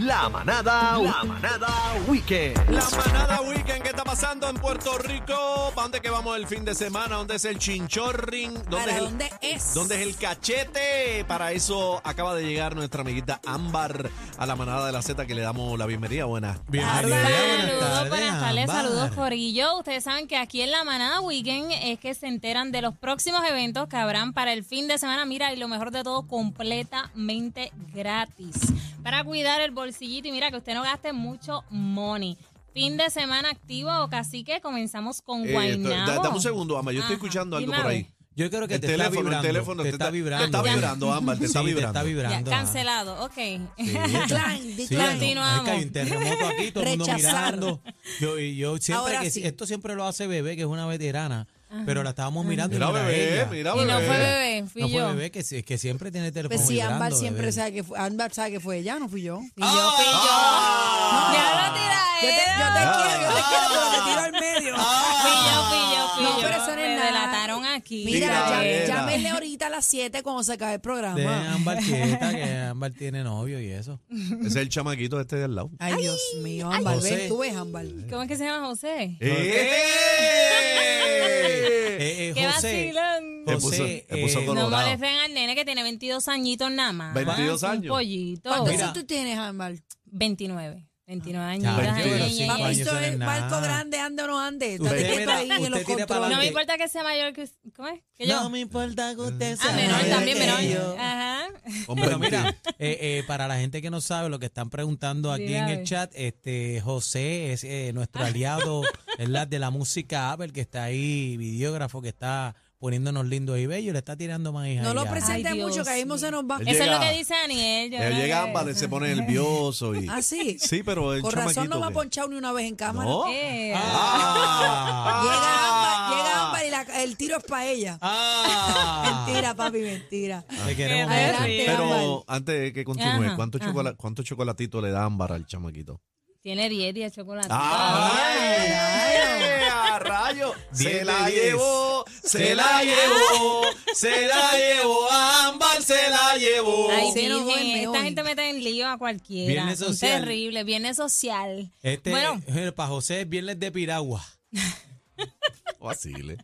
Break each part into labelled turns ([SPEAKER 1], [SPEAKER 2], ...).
[SPEAKER 1] La manada, la manada weekend.
[SPEAKER 2] La manada weekend, ¿qué está pasando en Puerto Rico? ¿Para dónde que vamos el fin de semana? ¿Dónde es el chinchorring? ¿Dónde
[SPEAKER 3] ¿Para
[SPEAKER 2] es el,
[SPEAKER 3] dónde es?
[SPEAKER 2] ¿Dónde es el cachete? Para eso acaba de llegar nuestra amiguita Ámbar a la manada de la Z que le damos la bienvenida. Buenas.
[SPEAKER 1] Bienvenida, buenas
[SPEAKER 3] Saludos,
[SPEAKER 1] tardes,
[SPEAKER 3] buenas tardes,
[SPEAKER 1] Ámbar.
[SPEAKER 3] saludos Corillo. Ustedes saben que aquí en la Manada Weekend es que se enteran de los próximos eventos que habrán para el fin de semana. Mira, y lo mejor de todo, completamente gratis. Para cuidar el bolsillito y mira que usted no gaste mucho money. Fin de semana activo, casi que comenzamos con
[SPEAKER 2] Eh, esto- da-
[SPEAKER 3] Guaynabo.
[SPEAKER 2] dame un segundo, Ama. Yo estoy
[SPEAKER 3] Ajá,
[SPEAKER 2] escuchando algo
[SPEAKER 3] dime
[SPEAKER 2] por
[SPEAKER 3] a
[SPEAKER 2] ahí.
[SPEAKER 3] ver.
[SPEAKER 1] Yo creo que
[SPEAKER 2] El
[SPEAKER 1] te
[SPEAKER 2] teléfono,
[SPEAKER 1] está
[SPEAKER 2] el
[SPEAKER 1] vibrando.
[SPEAKER 2] teléfono te
[SPEAKER 1] te
[SPEAKER 2] está-
[SPEAKER 1] está,
[SPEAKER 2] te
[SPEAKER 1] vibrando.
[SPEAKER 2] está vibrando, Ámbar, te está
[SPEAKER 1] Sí,
[SPEAKER 2] vibrando.
[SPEAKER 1] Te está
[SPEAKER 3] Ya,
[SPEAKER 1] vibrando.
[SPEAKER 3] cancelado, ok.
[SPEAKER 1] Decline,
[SPEAKER 3] decline. Continuamos.
[SPEAKER 1] Es que hay un terremoto aquí, todo el mundo
[SPEAKER 4] Rechazar.
[SPEAKER 1] mirando. Yo, y yo siempre
[SPEAKER 4] Ahora
[SPEAKER 1] que
[SPEAKER 4] sí.
[SPEAKER 1] esto siempre lo hace bebé, que es una veterana, pero la estábamos mirando. y
[SPEAKER 2] Mira,
[SPEAKER 1] no era
[SPEAKER 2] bebé,
[SPEAKER 1] ella.
[SPEAKER 2] mira,
[SPEAKER 3] Y no fue
[SPEAKER 2] bebé.
[SPEAKER 3] bebé, fui
[SPEAKER 1] no fue
[SPEAKER 3] yo.
[SPEAKER 1] bebé, que, si- que siempre tiene el teléfono.
[SPEAKER 4] Pues sí, Ámbar
[SPEAKER 1] vibrando,
[SPEAKER 4] siempre
[SPEAKER 1] bebé.
[SPEAKER 4] sabe que fue, Ámbar sabe que fue ella, no fui yo. Ah.
[SPEAKER 3] Fui yo, fui
[SPEAKER 2] Ah.
[SPEAKER 3] yo. Ya lo
[SPEAKER 4] Yo te, yo te
[SPEAKER 3] tiraste.
[SPEAKER 1] Ah.
[SPEAKER 4] quiero, yo te quiero, pero te tiro al medio.
[SPEAKER 3] Fui yo, fui yo, fui
[SPEAKER 4] No,
[SPEAKER 3] yo.
[SPEAKER 4] pero eso no es
[SPEAKER 3] Me
[SPEAKER 4] nada.
[SPEAKER 3] delataron aquí.
[SPEAKER 2] Mira,
[SPEAKER 4] Mira,
[SPEAKER 2] era.
[SPEAKER 4] ya- llámele ahorita a las 7 cuando se acabe el programa.
[SPEAKER 1] De Ámbar quieta, que Ámbar tiene novio y eso.
[SPEAKER 2] Ese Es el chamaquito este de al lado.
[SPEAKER 4] Ay, Dios mío, Ámbar,
[SPEAKER 1] José.
[SPEAKER 4] ven, tú ves Ámbar.
[SPEAKER 3] ¿Cómo es que se llama José?
[SPEAKER 1] este
[SPEAKER 2] ¡Eh!
[SPEAKER 1] Eh, eh,
[SPEAKER 3] ¡Qué
[SPEAKER 1] José,
[SPEAKER 3] vacilón!
[SPEAKER 2] Te puso-
[SPEAKER 1] José,
[SPEAKER 2] te puso
[SPEAKER 1] eh,
[SPEAKER 2] color-
[SPEAKER 3] No
[SPEAKER 2] Colorado.
[SPEAKER 3] molesten al nene que tiene 22 añitos nada más. Ah,
[SPEAKER 2] 22
[SPEAKER 3] Un
[SPEAKER 2] años.
[SPEAKER 3] pollito.
[SPEAKER 4] ¿Cuántos
[SPEAKER 1] Mira.
[SPEAKER 4] años tú tienes, Ámbar?
[SPEAKER 3] 29. 29 años.
[SPEAKER 1] Ya,
[SPEAKER 2] yo de los cinco
[SPEAKER 4] Papi,
[SPEAKER 1] años
[SPEAKER 4] esto
[SPEAKER 1] no es
[SPEAKER 4] es
[SPEAKER 1] nada.
[SPEAKER 4] barco grande, ande o no ande.
[SPEAKER 1] Usted
[SPEAKER 4] Estate quieto
[SPEAKER 1] mira,
[SPEAKER 4] ahí en los
[SPEAKER 1] usted tira para
[SPEAKER 3] No me
[SPEAKER 4] controles.
[SPEAKER 1] adelante.
[SPEAKER 3] importa que sea mayor que... ¿Cómo es? Que yo.
[SPEAKER 1] No me importa que usted sea
[SPEAKER 3] ah, menor
[SPEAKER 1] mayor
[SPEAKER 3] también,
[SPEAKER 1] que
[SPEAKER 3] menor.
[SPEAKER 1] yo.
[SPEAKER 3] Ajá.
[SPEAKER 1] Pero mira, eh, eh, para la gente que no sabe lo que están preguntando aquí
[SPEAKER 3] Diga,
[SPEAKER 1] en
[SPEAKER 3] a
[SPEAKER 1] el
[SPEAKER 3] ver.
[SPEAKER 1] chat, este José es eh, nuestro aliado ¿verdad? de la música Apple, que está ahí, videógrafo, que está poniéndonos lindos y bellos, le está tirando más hija.
[SPEAKER 4] No lo
[SPEAKER 1] ya.
[SPEAKER 4] presentes
[SPEAKER 3] Ay, Dios
[SPEAKER 4] mucho, que ahí mismo
[SPEAKER 3] mío.
[SPEAKER 4] se nos va.
[SPEAKER 2] Él
[SPEAKER 3] Eso es
[SPEAKER 2] llega-
[SPEAKER 3] lo que dice Daniel. yo
[SPEAKER 2] Él
[SPEAKER 3] creo
[SPEAKER 2] llega
[SPEAKER 3] que-
[SPEAKER 2] Ámbar, él se pone nervioso. Y...
[SPEAKER 4] Ah, sí.
[SPEAKER 2] Sí, pero el
[SPEAKER 4] Con razón
[SPEAKER 2] chamaquito
[SPEAKER 4] no me ha
[SPEAKER 2] que-
[SPEAKER 4] ponchado ni una vez en cámara.
[SPEAKER 2] No.
[SPEAKER 3] Eh,
[SPEAKER 2] Ah.
[SPEAKER 4] Llega Ámbar, llega Ámbar y la- el tiro es para ella.
[SPEAKER 1] ¡Ah!
[SPEAKER 4] Mentira, papi, mentira.
[SPEAKER 1] Te queremos
[SPEAKER 3] Qué
[SPEAKER 1] mucho.
[SPEAKER 3] rico.
[SPEAKER 2] Pero antes de que continúe,
[SPEAKER 3] Ajá,
[SPEAKER 2] ¿cuántos
[SPEAKER 3] ajá.
[SPEAKER 2] chocola- ¿cuántos chocolatitos le da Ámbar al chamaquito?
[SPEAKER 3] Tiene 10 días de chocolate.
[SPEAKER 2] ¡Ay, ¡Eh, ¡A rayo!
[SPEAKER 1] Diez
[SPEAKER 2] Se
[SPEAKER 1] de
[SPEAKER 2] la
[SPEAKER 1] diez.
[SPEAKER 2] llevó, se la llevó, se la llevó, Ámbar se la llevó.
[SPEAKER 3] Ay,
[SPEAKER 4] Sí, no
[SPEAKER 3] virgen,
[SPEAKER 4] duerme
[SPEAKER 3] esta
[SPEAKER 4] hoy.
[SPEAKER 3] gente mete en lío a cualquiera.
[SPEAKER 1] Viernes
[SPEAKER 3] Son
[SPEAKER 1] social.
[SPEAKER 3] Terrible, viernes social.
[SPEAKER 1] Este,
[SPEAKER 3] bueno,
[SPEAKER 1] para José, es viernes de piragua.
[SPEAKER 2] Oh, Vacile.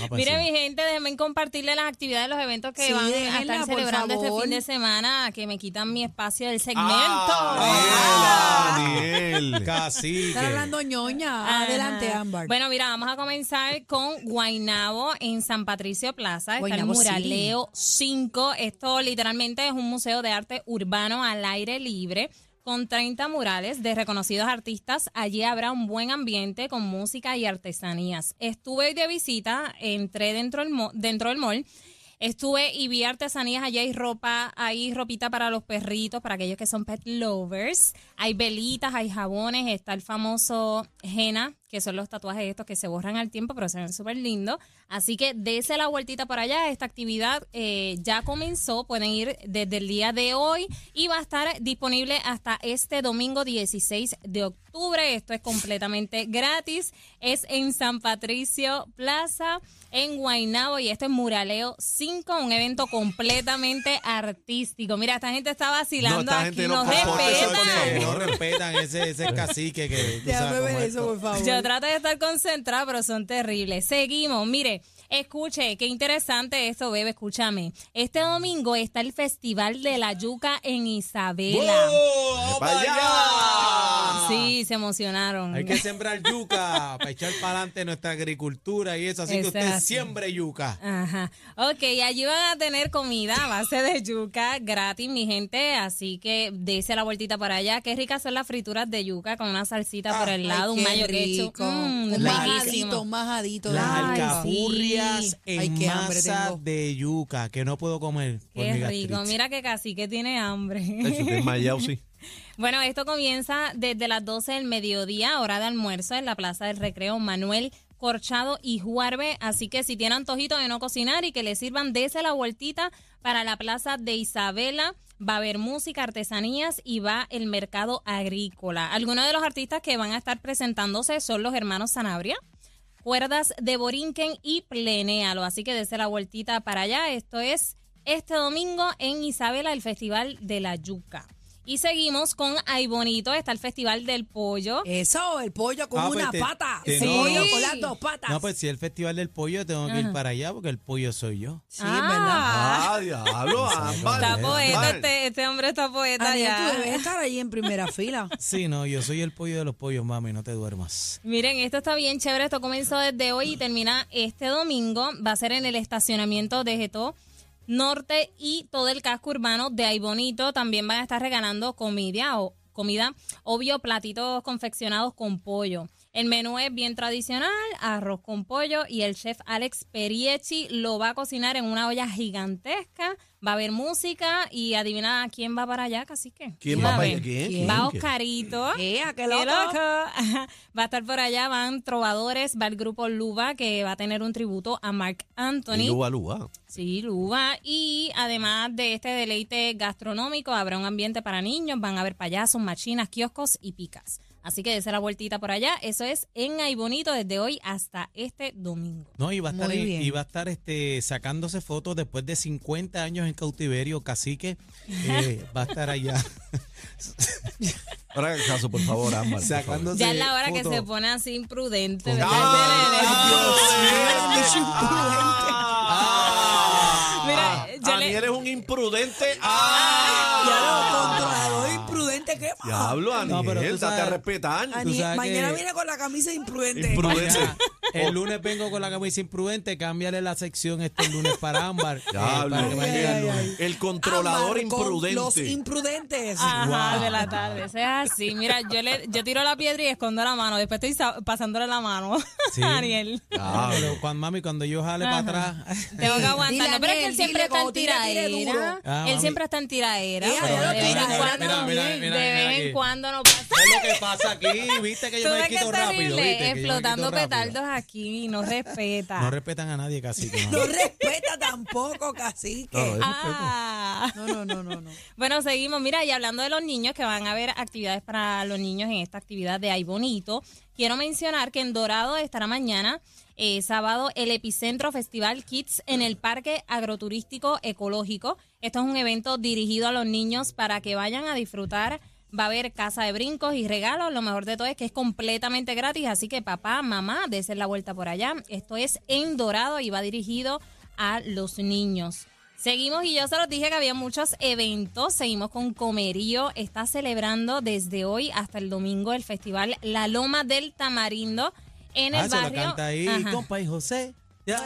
[SPEAKER 1] Vamos
[SPEAKER 2] pues
[SPEAKER 1] para
[SPEAKER 3] mire
[SPEAKER 1] encima.
[SPEAKER 3] mi gente, déjenme compartirle las actividades, los eventos que
[SPEAKER 4] Sí,
[SPEAKER 3] van a
[SPEAKER 4] déjenla,
[SPEAKER 3] estar
[SPEAKER 4] por
[SPEAKER 3] celebrando este
[SPEAKER 4] favor.
[SPEAKER 3] fin de semana, que me quitan mi espacio del segmento.
[SPEAKER 2] Ah, Daniel, Daniel.
[SPEAKER 1] Cacique.
[SPEAKER 4] Están hablando ñoña.
[SPEAKER 3] Ajá.
[SPEAKER 4] Adelante, Ámbar.
[SPEAKER 3] Este, Bueno, mira, vamos a comenzar con Guainabo en San Patricio Plaza. Está el
[SPEAKER 4] Guaynabo, sí.
[SPEAKER 3] Muraleo 5. Esto literalmente es un museo de arte urbano al aire libre con 30 murales de reconocidos artistas. Allí habrá un buen ambiente con música y artesanías. Estuve de visita, entré dentro del, mo- dentro del mall. Estuve y vi artesanías, allá hay ropa, hay ropita para los perritos, para aquellos que son pet lovers, hay velitas, hay jabones, está el famoso henna, que son los tatuajes estos que se borran al tiempo, pero se ven súper lindos. Así que dése la vueltita por allá, esta actividad eh, ya comenzó, pueden ir desde el día de hoy y va a estar disponible hasta este domingo 16 de octubre. Esto es completamente gratis. Es en San Patricio Plaza, en Guaynabo, y esto es Muraleo 5, un evento completamente artístico. Mira, esta gente está vacilando
[SPEAKER 2] No, esta
[SPEAKER 3] aquí,
[SPEAKER 2] gente no
[SPEAKER 3] nos
[SPEAKER 2] comparte eso, por
[SPEAKER 3] respetan.
[SPEAKER 2] favor.
[SPEAKER 1] No respetan ese, ese cacique que tú sabes
[SPEAKER 4] Déjame
[SPEAKER 1] cómo
[SPEAKER 4] ver
[SPEAKER 1] es
[SPEAKER 4] eso,
[SPEAKER 1] esto.
[SPEAKER 4] por favor.
[SPEAKER 3] Yo trato de estar concentrada, pero son terribles. Seguimos, mire. Escuche, qué interesante esto, bebé, escúchame. Este domingo está el Festival de la Yuca en Isabela.
[SPEAKER 2] ¡Oh,
[SPEAKER 1] ¡Vaya!
[SPEAKER 2] vaya!
[SPEAKER 3] Sí, se emocionaron.
[SPEAKER 1] Hay que sembrar yuca para echar para adelante nuestra agricultura y eso. Así que usted
[SPEAKER 3] Exacto.
[SPEAKER 1] siembre yuca.
[SPEAKER 3] Ajá. Ok, allí van a tener comida a base de yuca gratis, mi gente. Así que dése la vueltita para allá. Qué ricas son las frituras de yuca con una salsita por el lado, un mayo quecho. Mm,
[SPEAKER 4] un
[SPEAKER 3] riquísimo.
[SPEAKER 4] majadito, un majadito.
[SPEAKER 1] Las Ah,
[SPEAKER 3] Ay,
[SPEAKER 1] alcapurrias
[SPEAKER 3] sí.
[SPEAKER 1] en
[SPEAKER 4] Ay, qué hambre
[SPEAKER 1] masa
[SPEAKER 4] tengo.
[SPEAKER 1] de yuca que no puedo comer por mi
[SPEAKER 3] Qué
[SPEAKER 1] gastritis.
[SPEAKER 3] rico. Mira que casi que tiene hambre.
[SPEAKER 2] Eso que es mayao, sí.
[SPEAKER 3] Bueno, esto comienza desde las 12 del mediodía, hora de almuerzo, en la Plaza del Recreo Manuel Corchado y Juarbe. Así que si tiene antojito de no cocinar y que le sirvan, dése la vueltita para la Plaza de Isabela. Va a haber música, artesanías y va el mercado agrícola. Algunos de los artistas que van a estar presentándose son los hermanos Sanabria, Cuerdas de Borinquen y Plenéalo. Así que dése la vueltita para allá. Esto es este domingo en Isabela, el Festival de la Yuca. Y seguimos con Ay Bonito, está el Festival del Pollo.
[SPEAKER 4] Eso, el pollo con
[SPEAKER 1] pues, Ah, pues
[SPEAKER 4] una
[SPEAKER 1] te-
[SPEAKER 4] pata.
[SPEAKER 1] te-
[SPEAKER 4] el
[SPEAKER 3] no,
[SPEAKER 4] pollo
[SPEAKER 3] no.
[SPEAKER 4] con las dos patas.
[SPEAKER 1] No, pues si es el festival del pollo, tengo que ir para allá porque el pollo soy yo.
[SPEAKER 4] sí, es verdad. Ah,
[SPEAKER 2] ¡Ah, diablo, ámbar!
[SPEAKER 3] Está poeta,
[SPEAKER 2] ámbar.
[SPEAKER 3] este, este hombre está poeta
[SPEAKER 4] Daniel,
[SPEAKER 3] ya.
[SPEAKER 4] tú debes estar ahí en primera fila.
[SPEAKER 1] Sí, no, yo soy el pollo de los pollos, mami, no te duermas.
[SPEAKER 3] Miren, esto está bien chévere. Esto comenzó desde hoy y termina este domingo. Va a ser en el estacionamiento de Getó Norte y todo el casco urbano de Ay Bonito. También van a estar regalando comida o comida, obvio, platitos confeccionados con pollo. El menú es bien tradicional, arroz con pollo y el chef Alex Periechi lo va a cocinar en una olla gigantesca. Va a haber música y adivina quién va para allá, cacique.
[SPEAKER 2] ¿Quién va para
[SPEAKER 3] ¿Sabe?
[SPEAKER 2] allá? ¿Quién? ¿Quién?
[SPEAKER 3] Va
[SPEAKER 2] ¿Quién?
[SPEAKER 3] Oscarito.
[SPEAKER 4] ¡Ea, qué
[SPEAKER 3] ¡Qué
[SPEAKER 4] loco!
[SPEAKER 3] loco! Ajá. Va a estar por allá, van trovadores, va el grupo Luba, que va a tener un tributo a Mark Anthony.
[SPEAKER 2] Lúa, lúa.
[SPEAKER 3] Sí, Luba. Y además de este deleite gastronómico, habrá un ambiente para niños, van a haber payasos, machinas, kioscos y picas. Así que dése la vueltita por allá. Eso es en Ay Bonito desde hoy hasta este domingo.
[SPEAKER 1] No, iba a estar,
[SPEAKER 4] Muy
[SPEAKER 1] en-
[SPEAKER 4] bien.
[SPEAKER 1] iba a estar este, sacándose fotos después de 50 años en cautiverio, cacique. eh, va a estar allá
[SPEAKER 2] Ahora haga caso, por favor, ámbar. por favor.
[SPEAKER 1] sacándose
[SPEAKER 3] Ya es la hora que
[SPEAKER 1] fotos.
[SPEAKER 3] se pone así imprudente. ¿verdad?
[SPEAKER 2] ¡Ah!
[SPEAKER 4] Dios mío,
[SPEAKER 2] ¡Ah!
[SPEAKER 3] Mira, yo le-
[SPEAKER 2] Aniel Ah. es un imprudente.
[SPEAKER 4] Ya lo
[SPEAKER 2] ¡Ah!
[SPEAKER 4] controlador imprudente que
[SPEAKER 2] Diablo,
[SPEAKER 1] No, pero
[SPEAKER 2] Aniel,
[SPEAKER 1] tú
[SPEAKER 2] date a
[SPEAKER 1] sabes-
[SPEAKER 2] respetar.
[SPEAKER 1] Tú
[SPEAKER 4] Ani-
[SPEAKER 1] sabes
[SPEAKER 4] mañana
[SPEAKER 1] que-
[SPEAKER 4] viene con la camisa imprudente.
[SPEAKER 2] Imprudente.
[SPEAKER 1] Ya, Pues, El lunes vengo con la camisa imprudente, cámbiale la sección este lunes para ámbar. eh,
[SPEAKER 2] Diablo.
[SPEAKER 1] para que me llegue el lunes.
[SPEAKER 2] El controlador
[SPEAKER 4] Amar con Los
[SPEAKER 2] imprudente.
[SPEAKER 4] imprudentes.
[SPEAKER 3] Ajá, de la tarde. Eso es así. Mira, yo, le, yo tiro la piedra y escondo la mano. Después estoy sa- pasándole la mano
[SPEAKER 1] Sí. Ah.
[SPEAKER 3] a Ariel.
[SPEAKER 2] Diablo.
[SPEAKER 1] Pero cuando mami, cuando yo jale para atrás,
[SPEAKER 3] Tengo que aguantarlo. Pero es que él
[SPEAKER 4] Ariel,
[SPEAKER 3] siempre está
[SPEAKER 4] dile,
[SPEAKER 3] en
[SPEAKER 4] cuando tira, tire
[SPEAKER 3] tiraera.
[SPEAKER 4] duro.
[SPEAKER 1] Ah,
[SPEAKER 3] él
[SPEAKER 1] mami.
[SPEAKER 3] siempre está en tiraera.
[SPEAKER 4] Eh,
[SPEAKER 3] pero
[SPEAKER 4] ya lo
[SPEAKER 3] de vez
[SPEAKER 4] tira,
[SPEAKER 3] en
[SPEAKER 4] mira,
[SPEAKER 3] cuando,
[SPEAKER 4] mira, mira,
[SPEAKER 3] de
[SPEAKER 1] mira, mira
[SPEAKER 3] vez en
[SPEAKER 1] aquí.
[SPEAKER 3] cuando no pasa.
[SPEAKER 1] ¿Qué es lo que pasa aquí? ¿Viste que
[SPEAKER 3] Tú
[SPEAKER 1] yo me
[SPEAKER 3] ves que
[SPEAKER 1] quito
[SPEAKER 3] está
[SPEAKER 1] rápido?
[SPEAKER 3] horrible,
[SPEAKER 1] ¿Viste? Que yo me quito
[SPEAKER 3] explotando
[SPEAKER 1] rápido.
[SPEAKER 3] petardos aquí y no respeta.
[SPEAKER 1] No respetan a nadie casi. que
[SPEAKER 4] No
[SPEAKER 1] no.
[SPEAKER 4] respeta tampoco, cacique.
[SPEAKER 2] eh.
[SPEAKER 3] Ah.
[SPEAKER 4] No, no, no, no. no.
[SPEAKER 3] Bueno, seguimos. Mira, y hablando de los niños, que van a haber actividades para los niños en esta actividad de Ay Bonito, quiero mencionar que en Dorado estará mañana, eh, sábado, el Epicentro Festival Kids en el Parque Agroturístico Ecológico. Esto es un evento dirigido a los niños para que vayan a disfrutar. Va a haber casa de brincos y regalos. Lo mejor de todo es que es completamente gratis. Así que papá, mamá, dése la vuelta por allá. Esto es en Dorado y va dirigido a los niños. Seguimos y yo se los dije que había muchos eventos. Seguimos con Comerío. Está celebrando desde hoy hasta el domingo el festival La Loma del Tamarindo en
[SPEAKER 1] Ah,
[SPEAKER 3] el
[SPEAKER 1] eso lo
[SPEAKER 3] barrio.
[SPEAKER 1] canta ahí,
[SPEAKER 3] Ajá.
[SPEAKER 1] compa y José. Ya,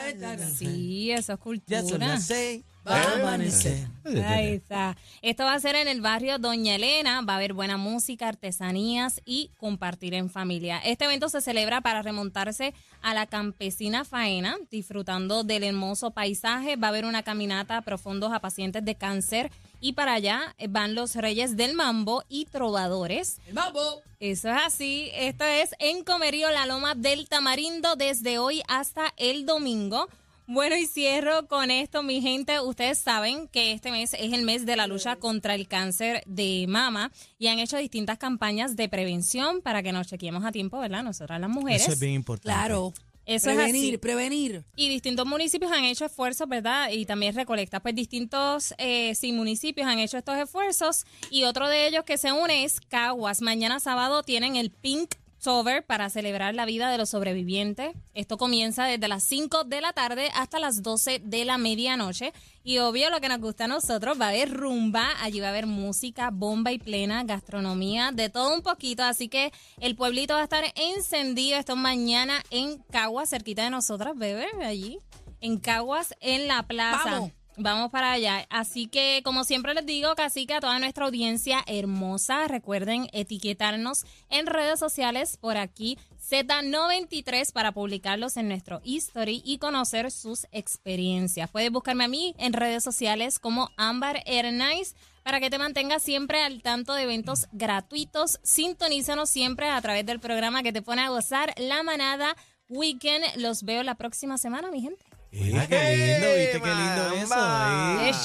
[SPEAKER 3] Sí, eso es
[SPEAKER 1] ya son
[SPEAKER 3] cultura.
[SPEAKER 1] las seis.
[SPEAKER 4] Va a
[SPEAKER 1] Eh,
[SPEAKER 4] amanecer.
[SPEAKER 3] Ahí está. Esto va a ser en el barrio Doña Elena. Va a haber buena música, artesanías y compartir en familia. Este evento se celebra para remontarse a la campesina faena, disfrutando del hermoso paisaje. Va a haber una caminata profundos a pacientes de cáncer. Y para allá eh, van los reyes del mambo y trovadores.
[SPEAKER 4] Vamos.
[SPEAKER 3] Eso es así. Esto es en Comerío, la Loma del Tamarindo, desde hoy hasta el domingo. Bueno, y cierro con esto, mi gente. Ustedes saben que este mes es el mes de la lucha contra el cáncer de mama y han hecho distintas campañas de prevención para que nos chequeemos a tiempo, ¿verdad? Nosotras las mujeres.
[SPEAKER 1] Eso es bien importante.
[SPEAKER 4] Claro.
[SPEAKER 3] Eso es
[SPEAKER 4] prevenir,
[SPEAKER 3] así.
[SPEAKER 4] prevenir.
[SPEAKER 3] Y distintos municipios han hecho esfuerzos, ¿verdad? Y también recolectas, pues distintos eh, sí, municipios han hecho estos esfuerzos. Y otro de ellos que se une es Caguas. Mañana sábado tienen el Pink Sober para celebrar la vida de los sobrevivientes. Esto comienza desde las 5 de la tarde hasta las 12 de la medianoche. Y obvio lo que nos gusta a nosotros, va a haber rumba, allí va a haber música, bomba y plena, gastronomía, de todo un poquito. Así que el pueblito va a estar encendido esto es mañana en Caguas, cerquita de nosotras, bebé, allí. En Caguas, en la plaza.
[SPEAKER 4] Vamos.
[SPEAKER 3] Vamos para allá. Así que, como siempre les digo, cacique a toda nuestra audiencia hermosa, recuerden etiquetarnos en redes sociales por aquí, Z93, para publicarlos en nuestro history y conocer sus experiencias. Puedes buscarme a mí en redes sociales como Ámbar Hernández para que te mantengas siempre al tanto de eventos gratuitos. Sintonízanos siempre a través del programa que te pone a gozar La Manada Weekend. Los veo la próxima semana, mi gente.
[SPEAKER 1] Mira, qué lindo, viste qué lindo
[SPEAKER 2] Caramba.
[SPEAKER 1] eso.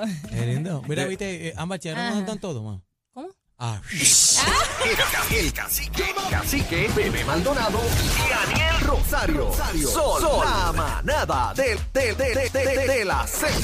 [SPEAKER 1] ahí.
[SPEAKER 3] Eso.
[SPEAKER 1] Qué lindo. Mira, viste, eh, ambas chéveres no
[SPEAKER 3] Ajá.
[SPEAKER 1] están todos, ma.
[SPEAKER 3] ¿Cómo?
[SPEAKER 1] Ah,
[SPEAKER 5] El cacique, cacique, bebé Maldonado y Daniel Rosario. Sol, la manada de, de, de, de, de, de, de la Z.